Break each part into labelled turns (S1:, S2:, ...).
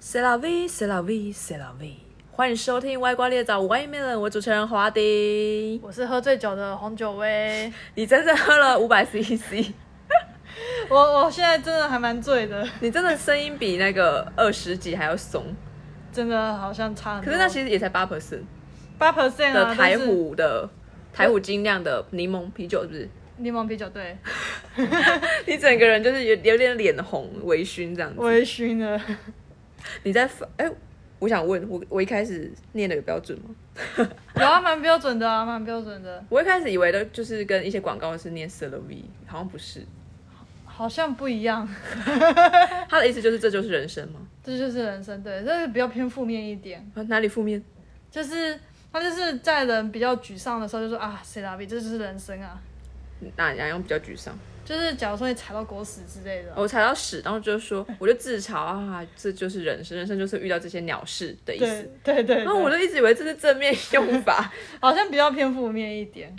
S1: C'est la vie，c'est la vie，c'est la vie。欢迎收听《歪瓜裂枣外面人》，我主持人华迪。
S2: 我是喝醉酒的红酒威，
S1: 你真正喝了五百 CC，
S2: 我我现在真的还蛮醉的，
S1: 你真的声音比那个二十几还要松。
S2: 真的好像差很
S1: 可
S2: 多。
S1: 是那其实也才八 percent
S2: 八 percent
S1: 的
S2: 啊，
S1: 台
S2: 但是
S1: 虎的台虎精酿的柠檬啤酒，是不 是？
S2: 柠檬啤酒对，
S1: 你整个人就是有有点脸红、微醺这样子。
S2: 微醺 了。
S1: 你在发哎、我想问，我我一开始念的有标准吗？
S2: 有啊，蛮标准的啊，蛮标准的，
S1: 我一开始以为的就是跟一些广告是念 c e l v 好像不是。
S2: 好像不一样。
S1: 他的意思就是这就是人生吗？
S2: 这就是人生，对，这是比较偏负面一点，
S1: 啊，哪里负面？
S2: 就是他就是在人比较沮丧的时候就说啊，谁拉比，这就是人生啊。
S1: 哪哪样比较沮丧？哦
S2: 就是假如说你踩到狗屎之类的，
S1: 我踩到屎，然后就说，
S2: 哎
S1: 我就自嘲啊，这就是人生，人生就是遇到这些鸟事的意
S2: 对
S1: 思。
S2: 对对对，
S1: 然后我就一直以为这是正面用法。
S2: 好像比较偏负面一点。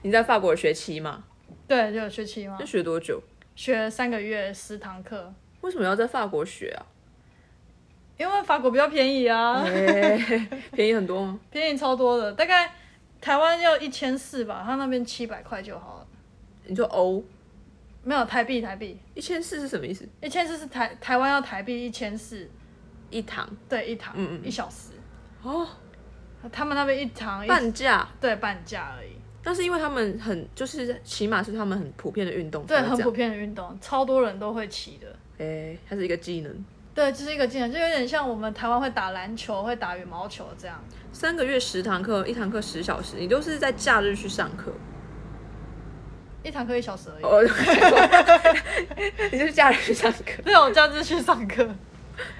S1: 你在法国学期嘛？
S2: 对，就有学期嘛
S1: 那，学多久？
S2: 学三个月十堂课，
S1: 为什么要在法国学啊？
S2: 因为法国比较便宜啊，
S1: 嗯便宜很多吗？
S2: 便宜超多的，大概台湾要一千四吧，他那边七百块就好了。
S1: 你说欧
S2: 没有台币，台币
S1: 一千四是什么意思？
S2: 一千四是台台湾要台币一千四，
S1: 一堂
S2: 对，一堂、
S1: 嗯嗯
S2: 一小时，
S1: 哦，
S2: 他们那边一堂一
S1: 半价。
S2: 对半价而已，
S1: 但是因为他们很，就是骑马是他们很普遍的运动，
S2: 对，
S1: 才会
S2: 很
S1: 这
S2: 普
S1: 样。
S2: 遍的运动，超多人都会骑的。
S1: 哎、它是一个技能。
S2: 对，这是一个技能，就有点像我们台湾会打篮球、会打羽毛球这样。
S1: 三个月十堂课，一堂课十小时，你都是在假日去上课。
S2: 一堂课一小时而已。
S1: 哦， 你就是假日去上课，
S2: 对，我假日去上课。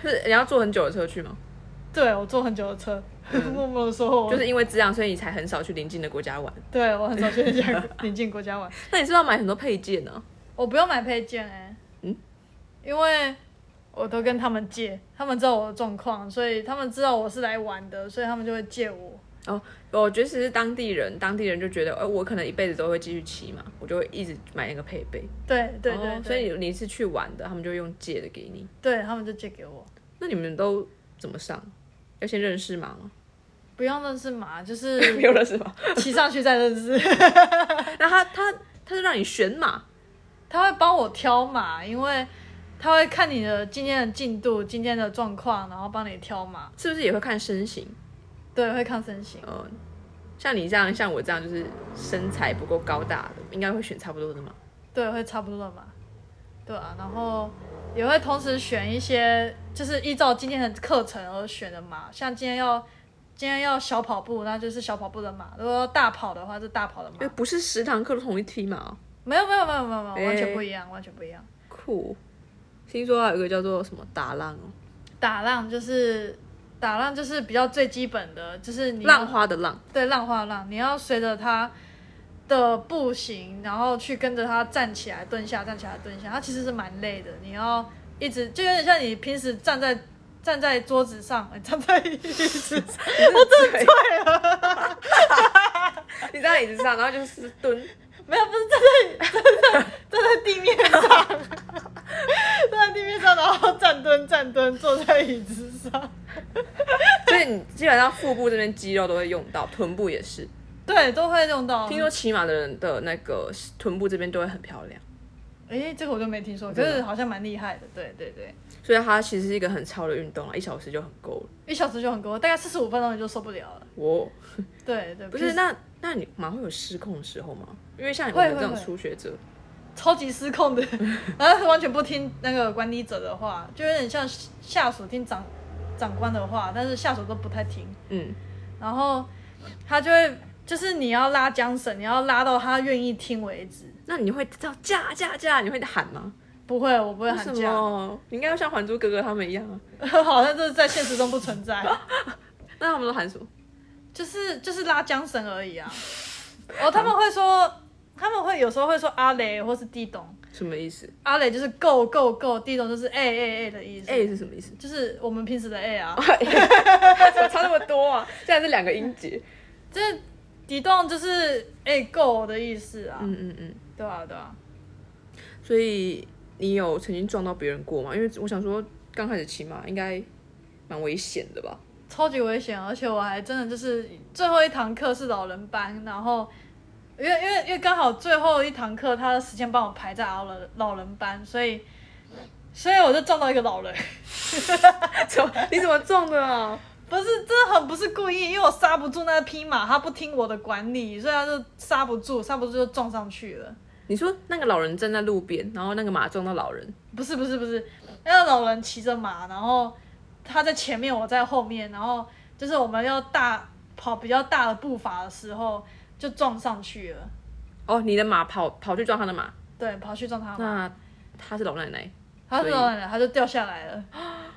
S1: 是你要坐很久的车去吗？
S2: 对，我坐很久的车， 默默的说
S1: 嗯
S2: 我，
S1: 就是因为这样，所以你才很少去邻近的国家玩。
S2: 对我很少去人 家邻近国家玩。
S1: 那你是不是要买很多配件呢、
S2: 我不用买配件哎、
S1: 嗯，
S2: 因为我都跟他们借，他们知道我的状况，所以他们知道我是来玩的，所以他们就会借我。
S1: 我觉得其实当地人，当地人就觉得，呃，我可能一辈子都会继续骑嘛，我就会一直买那个配备。
S2: 对对对
S1: 哦
S2: 对
S1: 所以你是去玩的，他们就用借的给你。
S2: 对他们就借给我，
S1: 那你们都怎么上？要先认识马吗？
S2: 不用认识马，就
S1: 没
S2: 是
S1: 有认识马。
S2: 骑上去再认识。
S1: 那他他他就让你选马，
S2: 他会帮我挑马，因为他会看你的今天的进度、今天的状况，然后帮你挑马。
S1: 是不是也会看身形？
S2: 对，会看身形。
S1: 呃，像你这样，像我这样，就是身材不够高大的，应该会选差不多的嘛。
S2: 对，会差不多的嘛。对啊，然后也会同时选一些，就是依照今天的课程而选的马，像今天要今天要小跑步，那就是小跑步的马；如果要大跑的话，是大跑的马
S1: 因为。哎不是十堂课都同一梯嘛、哦，
S2: 没有没有没有没有没有，
S1: 哎
S2: 完全不一样，完全不一样。
S1: 酷。听说还有一个叫做什么打浪哦，
S2: 打浪就是打浪就是比较最基本的，就是你要
S1: 浪花的浪，
S2: 对浪花浪，你要随着它的步行，然后去跟着它站起来、蹲下、站起来、蹲下，它其实是蛮累的。你要一直就有点像你平时站在站在桌子上， 哎站在椅子上，
S1: 我真醉了。 你站在椅子上，然后就是 蹲，
S2: 没有，不是站在站在站在地面上，站在地面上，然后站蹲站蹲，坐在椅子上。
S1: 所以你基本上腹部这边肌肉都会用到，臀部也是。
S2: 对，都会用到。
S1: 听说骑马的人的那个臀部这边都会很漂亮，
S2: 哎，这个我就没听说，可
S1: 真的
S2: 是好像蛮厉害的。对对对，
S1: 所以它其实是一个很超的运动啊，一小时就很够了。
S2: 一小时就很够，大概四十五分钟你就受不了了。
S1: 我
S2: 对对，
S1: 不
S2: 平
S1: 是
S2: 时
S1: 那那你马会有失控的时候吗？因为像我
S2: 会
S1: 们这种
S2: 会会
S1: 初学者，
S2: 超级失 控的，然后完全不听那个管理者的话，就有点像下属听长长官的话，但是下属都不太听。
S1: 嗯，
S2: 然后他就会，就是你要拉缰绳，你要拉到他愿意听为止。
S1: 那你会叫驾驾驾，你会喊吗？
S2: 不会，我不会
S1: 为
S2: 喊
S1: 什
S2: 价，
S1: 么？你应该要像《还珠格格》他们一样啊。
S2: 好像这是在现实中不存在，
S1: 那他们都喊什么？
S2: 就是就是拉缰绳而已啊。哦，他们会说，他们会有时候会说阿雷或是地董，
S1: 什么意 思
S2: 阿雷就是 go go go，地董就是哎哎哎的意思，
S1: ？A 是什么意思？
S2: 就是我们平时的哎啊。
S1: 怎么 差那么多啊？现在是两个音节。
S2: 这底洞就是哎够、的意思啊，
S1: 嗯嗯嗯。
S2: 对啊对啊，
S1: 所以你有曾经撞到别人过吗？因为我想说，刚开始骑马应该蛮危险的吧？
S2: 超级危险，而且我还真的就是最后一堂课是老人班，然后因为因为因为刚好最后一堂课他的时间帮我排在老人老人班，所以所以我就撞到一个老人，
S1: 怎么你怎么中的啊？
S2: 不是真的很不是故意，因为我刹不住那匹马，他不听我的管理，所以他就刹不住，刹不住就撞上去了。
S1: 你说那个老人站在路边，然后那个马撞到老人，
S2: 不是不是不是，那个老人骑着马，然后他在前面，我在后面，然后就是我们要大跑比较大的步伐的时候，就撞上去了。
S1: 哦，你的马跑跑去撞他的马，
S2: 对，跑去撞他嘛，
S1: 那他是老奶奶，
S2: 他是
S1: 所以
S2: 老奶奶，他就掉下来了，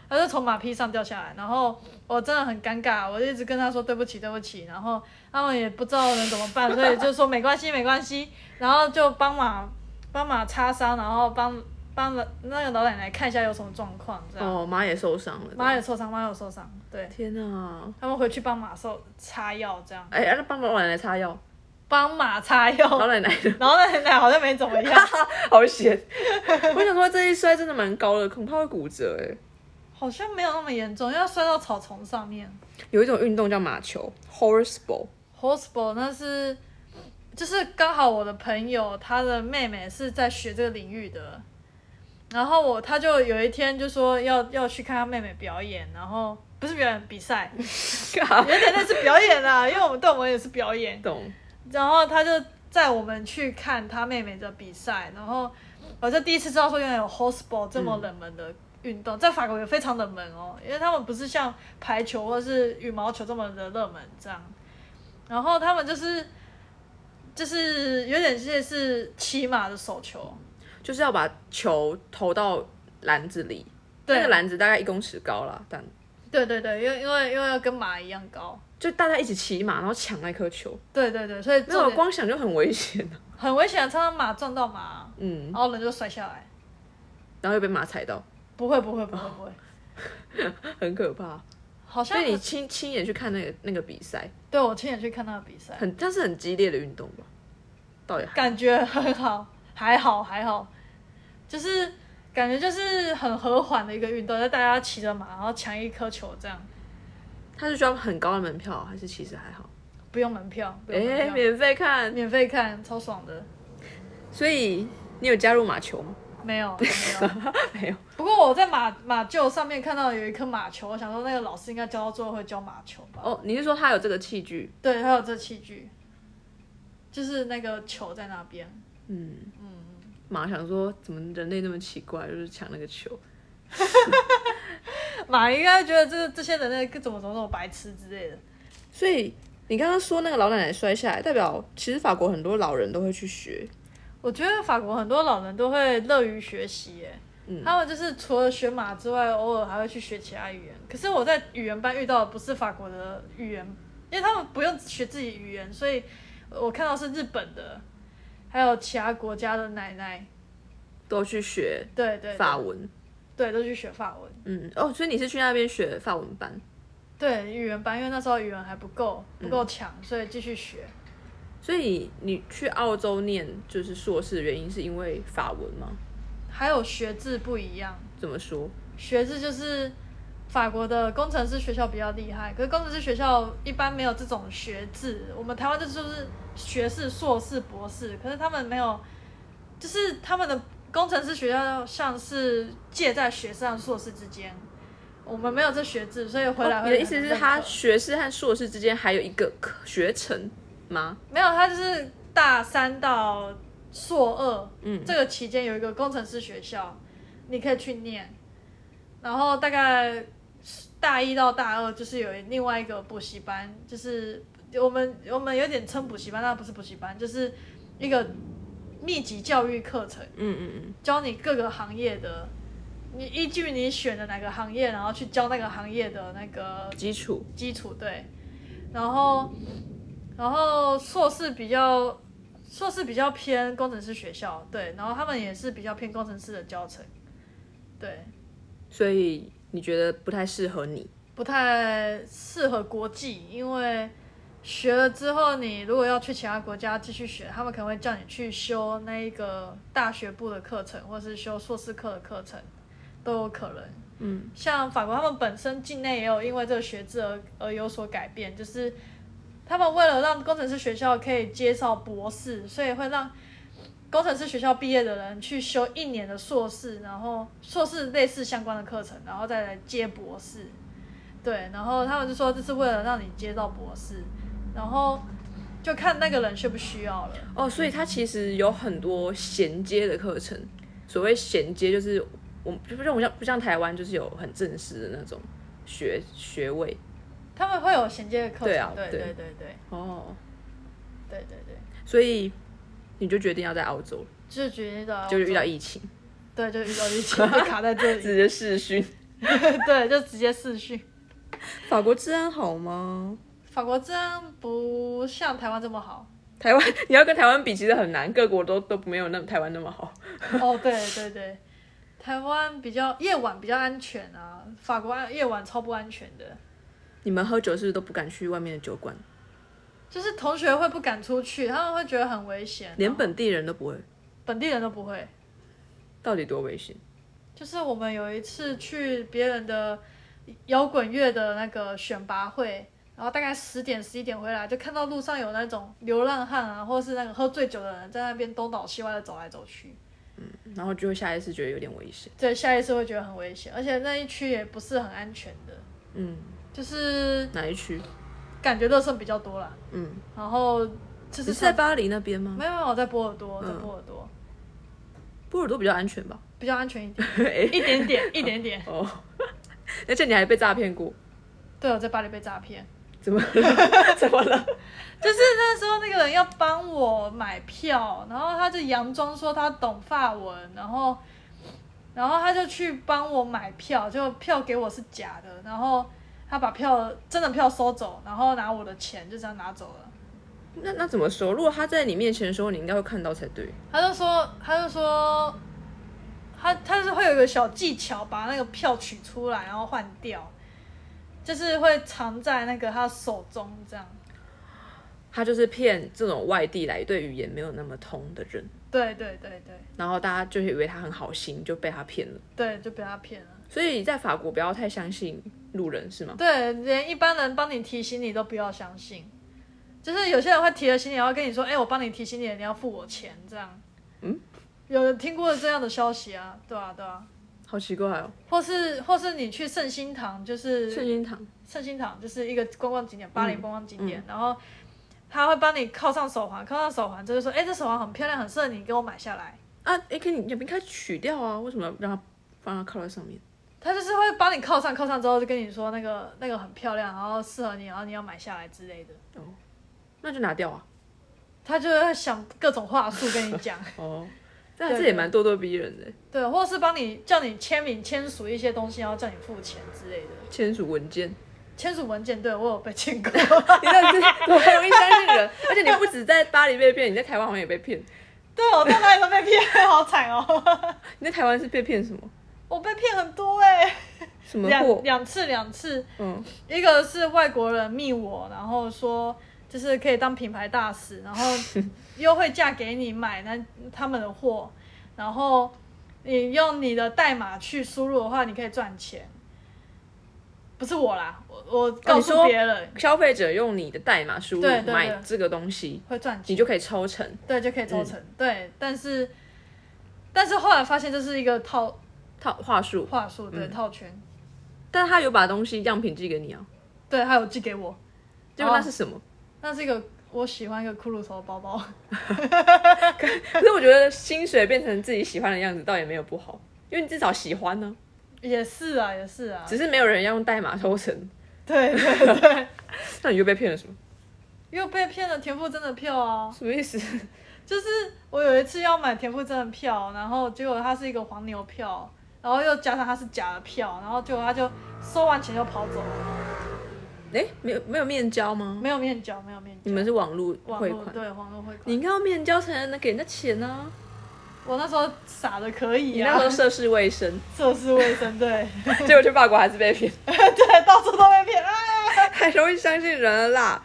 S2: 他就从马匹上掉下来，然后我真的很尴尬，我就一直跟他说对不起，对不起，然后他们也不知道能怎么办，所以就说没关系，没关系，然后就帮马帮马擦伤，然后帮帮了那个老奶奶看一下有什么状况，这样，
S1: 哦，马也受伤了，
S2: 妈有受伤，妈有受伤，对。
S1: 天哪！
S2: 他们回去帮马兽擦药，这样
S1: 哎，那帮老奶奶擦药，
S2: 帮马擦
S1: 老
S2: 药，
S1: 奶奶的
S2: 然后那奶奶好像没怎么样，
S1: 好险！ 我想说这一摔真的蛮高的，恐怕会骨折哎。
S2: 好像没有那么严重，因为它摔到草丛上面。
S1: 有一种运动叫马球 （horseball），
S2: Horseball 那是就是刚好我的朋友他的妹妹是在学这个领域的，然后我他就有一天就说要要去看他妹妹表演，然后不是表演比赛，有点类似表演啦，因为我们对我们也是表演，
S1: 啊懂？
S2: 然后他就载我们去看他妹妹的比赛，然后我就第一次知道说原来有 horseball 这么冷门的运动，在法国也非常冷门哦，因为他们不是像排球或是羽毛球这么的热门这样，然后他们就是就是有点像是骑马的手球，
S1: 就是要把球投到篮子里，
S2: 对
S1: 那个篮子大概一公尺高啦，但
S2: 对对对，因为因为因为要跟马一样高，
S1: 就大家一起骑马，然后抢那颗球，
S2: 对对对，所以
S1: 没有
S2: 重点
S1: 光想就很危险啊
S2: 很危险，常常马撞到马，
S1: 嗯，
S2: 然后人就摔下来，
S1: 然后又被马踩到，
S2: 不会不会不会不会，
S1: 很可怕。
S2: 好
S1: 所
S2: 像
S1: 以你亲亲眼去看那个那个比赛，
S2: 对我亲眼去看他的比赛。
S1: 很它是很激烈的运动吧？到底
S2: 感觉很好， 还好还好，就是感觉就是很和缓的一个运动，就大家骑着马，然后抢一颗球这样，
S1: 它是需要很高的门票，还是其实还好？
S2: 不用门票，不
S1: 哎、
S2: 用门票，
S1: 免费看，
S2: 免费看，超爽的。
S1: 所以你有加入马球吗？
S2: 没有，没有。
S1: 没有，
S2: 不过我在马马厩上面看到有一颗马球，我想说那个老师应该教到最后会教马球吧？
S1: 哦，你是说它有这个器具？
S2: 对，还有这器具，就是那个球在那边。
S1: 马想说怎么人类那么奇怪，就是抢那个球，
S2: 马应该觉得这这些人类怎么怎么怎么白痴之类的。
S1: 所以。你刚刚说那个老奶奶摔下来，代表其实法国很多老人都会去学，
S2: 我觉得法国很多老人都会乐于学习，耶，他们就是除了学马之外，偶尔还会去学其他语言。可是我在语言班遇到的不是法国的语言，因为他们不用学自己语言，所以我看到是日本的，还有其他国家的奶奶，
S1: 都去学
S2: 对对
S1: 法文。
S2: 对，都去学法文，
S1: 嗯，哦，所以你是去那边学法文班，
S2: 对语言班，因为那时候语言还不够不够强，所以继续学。
S1: 所以你去澳洲念就是硕士，原因是因为法文吗？
S2: 还有学制不一样，
S1: 怎么说？
S2: 学制就是法国的工程师学校比较厉害，可是工程师学校一般没有这种学制。我们台湾就是就是学士、硕士、博士，可是他们没有，就是他们的工程师学校像是介在学士和硕士之间，我们没有这学制，所以回来
S1: 哦
S2: 会、
S1: 你的意思是他学士和硕士之间还有一个课学程吗？
S2: 没有，他就是大三到硕二，嗯，这个期间有一个工程师学校，你可以去念，然后大概大一到大二就是有另外一个补习班，就是我们我们有点称补习班，但不是补习班，就是一个密集教育课程，
S1: 嗯嗯嗯，
S2: 教你各个行业的。你依据你选的哪个行业，然后去教那个行业的那个
S1: 基础
S2: 基础对，然后然后硕士比较硕士比较偏工程师学校对，然后他们也是比较偏工程师的教程，对，
S1: 所以你觉得不太适合你？
S2: 不太适合国际，因为学了之后你如果要去其他国家继续学，他们可能会叫你去修那一个大学部的课程，或是修硕士课的课程都有可能，嗯，像法国他们本身境内也有因为这个学制而而有所改变，就是他们为了让工程师学校可以介绍博士，所以会让工程师学校毕业的人去修一年的硕士，然后硕士类似相关的课程，然后再来接博士。对，然后他们就说这是为了让你接到博士，然后就看那个人需不需要了。
S1: 哦，所以它其实有很多衔接的课程。所谓衔接，就是我们就不像不像不像台湾，就是有很正式的那种学学位。
S2: 他们会有衔接的课程，
S1: 对啊
S2: 对
S1: 对
S2: 对对对
S1: 哦，
S2: 对对对，
S1: 所以你就决定要在澳洲，
S2: 就是决定到
S1: 就是遇到疫情，
S2: 对，哦就遇到疫情被卡在这里，
S1: 直接试训。
S2: 对，就直接试训。
S1: 法国治安好吗？
S2: 法国治安不像台湾这么好，
S1: 台湾 你要跟台湾比，其实很难，各国都都没有那台湾那么好。
S2: 哦，对对对，台湾比较夜晚比较安全啊，法国安夜晚超不安全的，
S1: 你们喝酒是不是都不敢去外面的酒馆，
S2: 就是同学会不敢出去，他们会觉得很危险，
S1: 连本地人都不会？
S2: 本地人都不会。
S1: 到底多危险？
S2: 就是我们有一次去别人的摇滚乐的那个选拔会，然后大概十点十一点回来，就看到路上有那种流浪汉啊，或是那个喝醉酒的人在那边东倒西歪的走来走去。
S1: 然后就会下意识觉得有点危险。
S2: 对，下意识会觉得很危险，而且那一区也不是很安全的，
S1: 嗯，
S2: 就是
S1: 哪一区？
S2: 感觉乐色比较多啦。
S1: 嗯，
S2: 然后就
S1: 你是
S2: 是
S1: 在巴黎那边吗？
S2: 没有没有我在波尔多，在
S1: 嗯
S2: 波尔多、
S1: 波尔多比较安全吧？
S2: 比较安全一 点，
S1: 哎
S2: 一点点一点点。
S1: 哦， 而且你还被诈骗过，
S2: 对，我在巴黎被诈骗。
S1: 怎么了？ 怎么了？
S2: 就是那时候那个人要帮我买票，然后他就佯装说他懂法文，然后，然后他就去帮我买票，就票给我是假的，然后他把票真的票收走，然后拿我的钱就这样拿走了。
S1: 那那怎么说？如果他在你面前的时候，你应该会看到才对。
S2: 他就说，他就说，他他是会有一个小技巧，把那个票取出来，然后换掉，就是会藏在那个他手中这样。
S1: 他就是骗这种外地来对语言没有那么通的人，
S2: 对对对对
S1: 然后大家就以为他很好心，就被他骗了。
S2: 对，就被他骗了。
S1: 所以在法国不要太相信路人，是吗？
S2: 对，连一般人帮你提醒你都不要相信，就是有些人会提了醒你，然后跟你说：“哎、我帮你提醒你了，你要付我钱。”这样，
S1: 嗯，
S2: 有人听过这样的消息啊？对啊，对啊，
S1: 好奇怪哦，
S2: 或是或是你去圣心堂，就是
S1: 圣心堂
S2: 圣心堂就是一个观光景点，巴黎观光景点，然后他会帮你铐上手环，铐上手环就是说：“哎、这手环很漂亮，很适合你，给我买下来。
S1: 啊，哎，可以你你应该取掉啊，为什么要让他让他靠在上面？”
S2: 他就是会帮你铐上，铐上之后就跟你说那个那个很漂亮，然后适合你，然后你要买下来之类的。
S1: 那就拿掉啊。
S2: 他就会想各种话术跟你讲，
S1: 哦，但
S2: 对
S1: 这也蛮咄咄逼人的，
S2: 对，或是帮你叫你签名签署一些东西，然后叫你付钱之类的。
S1: 签署文件。
S2: 签署文件，对我有被签过，
S1: 你到底是多容易相信人？而且你不止在巴黎被骗，你在台湾好像也被骗。
S2: 对我到哪里都被骗，好惨哦！
S1: 你在台湾是被骗什么？
S2: 我被骗很多哎、
S1: 什么
S2: 两
S1: 货？
S2: 两次两次，
S1: 嗯，
S2: 一个是外国人密我，然后说就是可以当品牌大使，然后优惠价给你买那他们的货，然后你用你的代码去输入的话，你可以赚钱。不是我啦，我我告
S1: 哦你
S2: 诉
S1: 说
S2: 别人
S1: 消费者用你的代码输入
S2: 对对对
S1: 买这个东西，
S2: 会赚钱，
S1: 你就可以抽成。
S2: 对，就可以抽成。
S1: 嗯
S2: 对，但是但是后来发现这是一个套
S1: 套话术，
S2: 话术，
S1: 嗯
S2: 对，套圈。
S1: 但他有把东西样品寄给你啊，
S2: 对，他有寄给我，
S1: 结果那是什
S2: 哦
S1: 么？
S2: 那是一个我喜欢一个骷髅头的包 包。
S1: 可是我觉得薪水变成自己喜欢的样子，倒也没有不好，因为你至少喜欢呢、
S2: 也是啊，也是啊，
S1: 只是没有人要用代码抽成，
S2: 对对对，
S1: 那你又被骗了什么？
S2: 又被骗了田馥甄的票啊！
S1: 什么意思？
S2: 就是我有一次要买田馥甄的票，然后结果它是一个黄牛票，然后又加上它是假的票，然后结果他就收完钱就跑走了，
S1: 哎、没有没有面交吗？
S2: 没有面交，没有面交。
S1: 你们是网络
S2: 网
S1: 汇
S2: 络
S1: 款？
S2: 对网络汇款，
S1: 你应该要面交才能给人家钱啊！
S2: 我那时候傻的可以
S1: 你
S2: 啊
S1: 那时，候涉世未 深，
S2: 涉世未深，对。
S1: 结果去法国还是被骗，
S2: 对，到处都被骗啊！
S1: 太容易相信人了啦。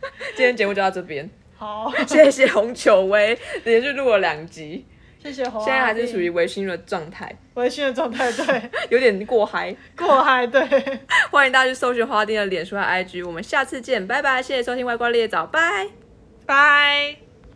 S1: 今天节目就到这边，
S2: 好，
S1: 谢谢洪九威，连续录了两集，
S2: 谢谢侯阿
S1: 现在还是属
S2: 力
S1: 于微醺的状态，
S2: 微醺的状态，对，
S1: 有点过嗨。
S2: 过嗨，对。
S1: 欢迎大家去搜寻花丁的脸书和 IG，我们下次见，拜拜！谢谢收听外挂猎早，拜。
S2: 拜。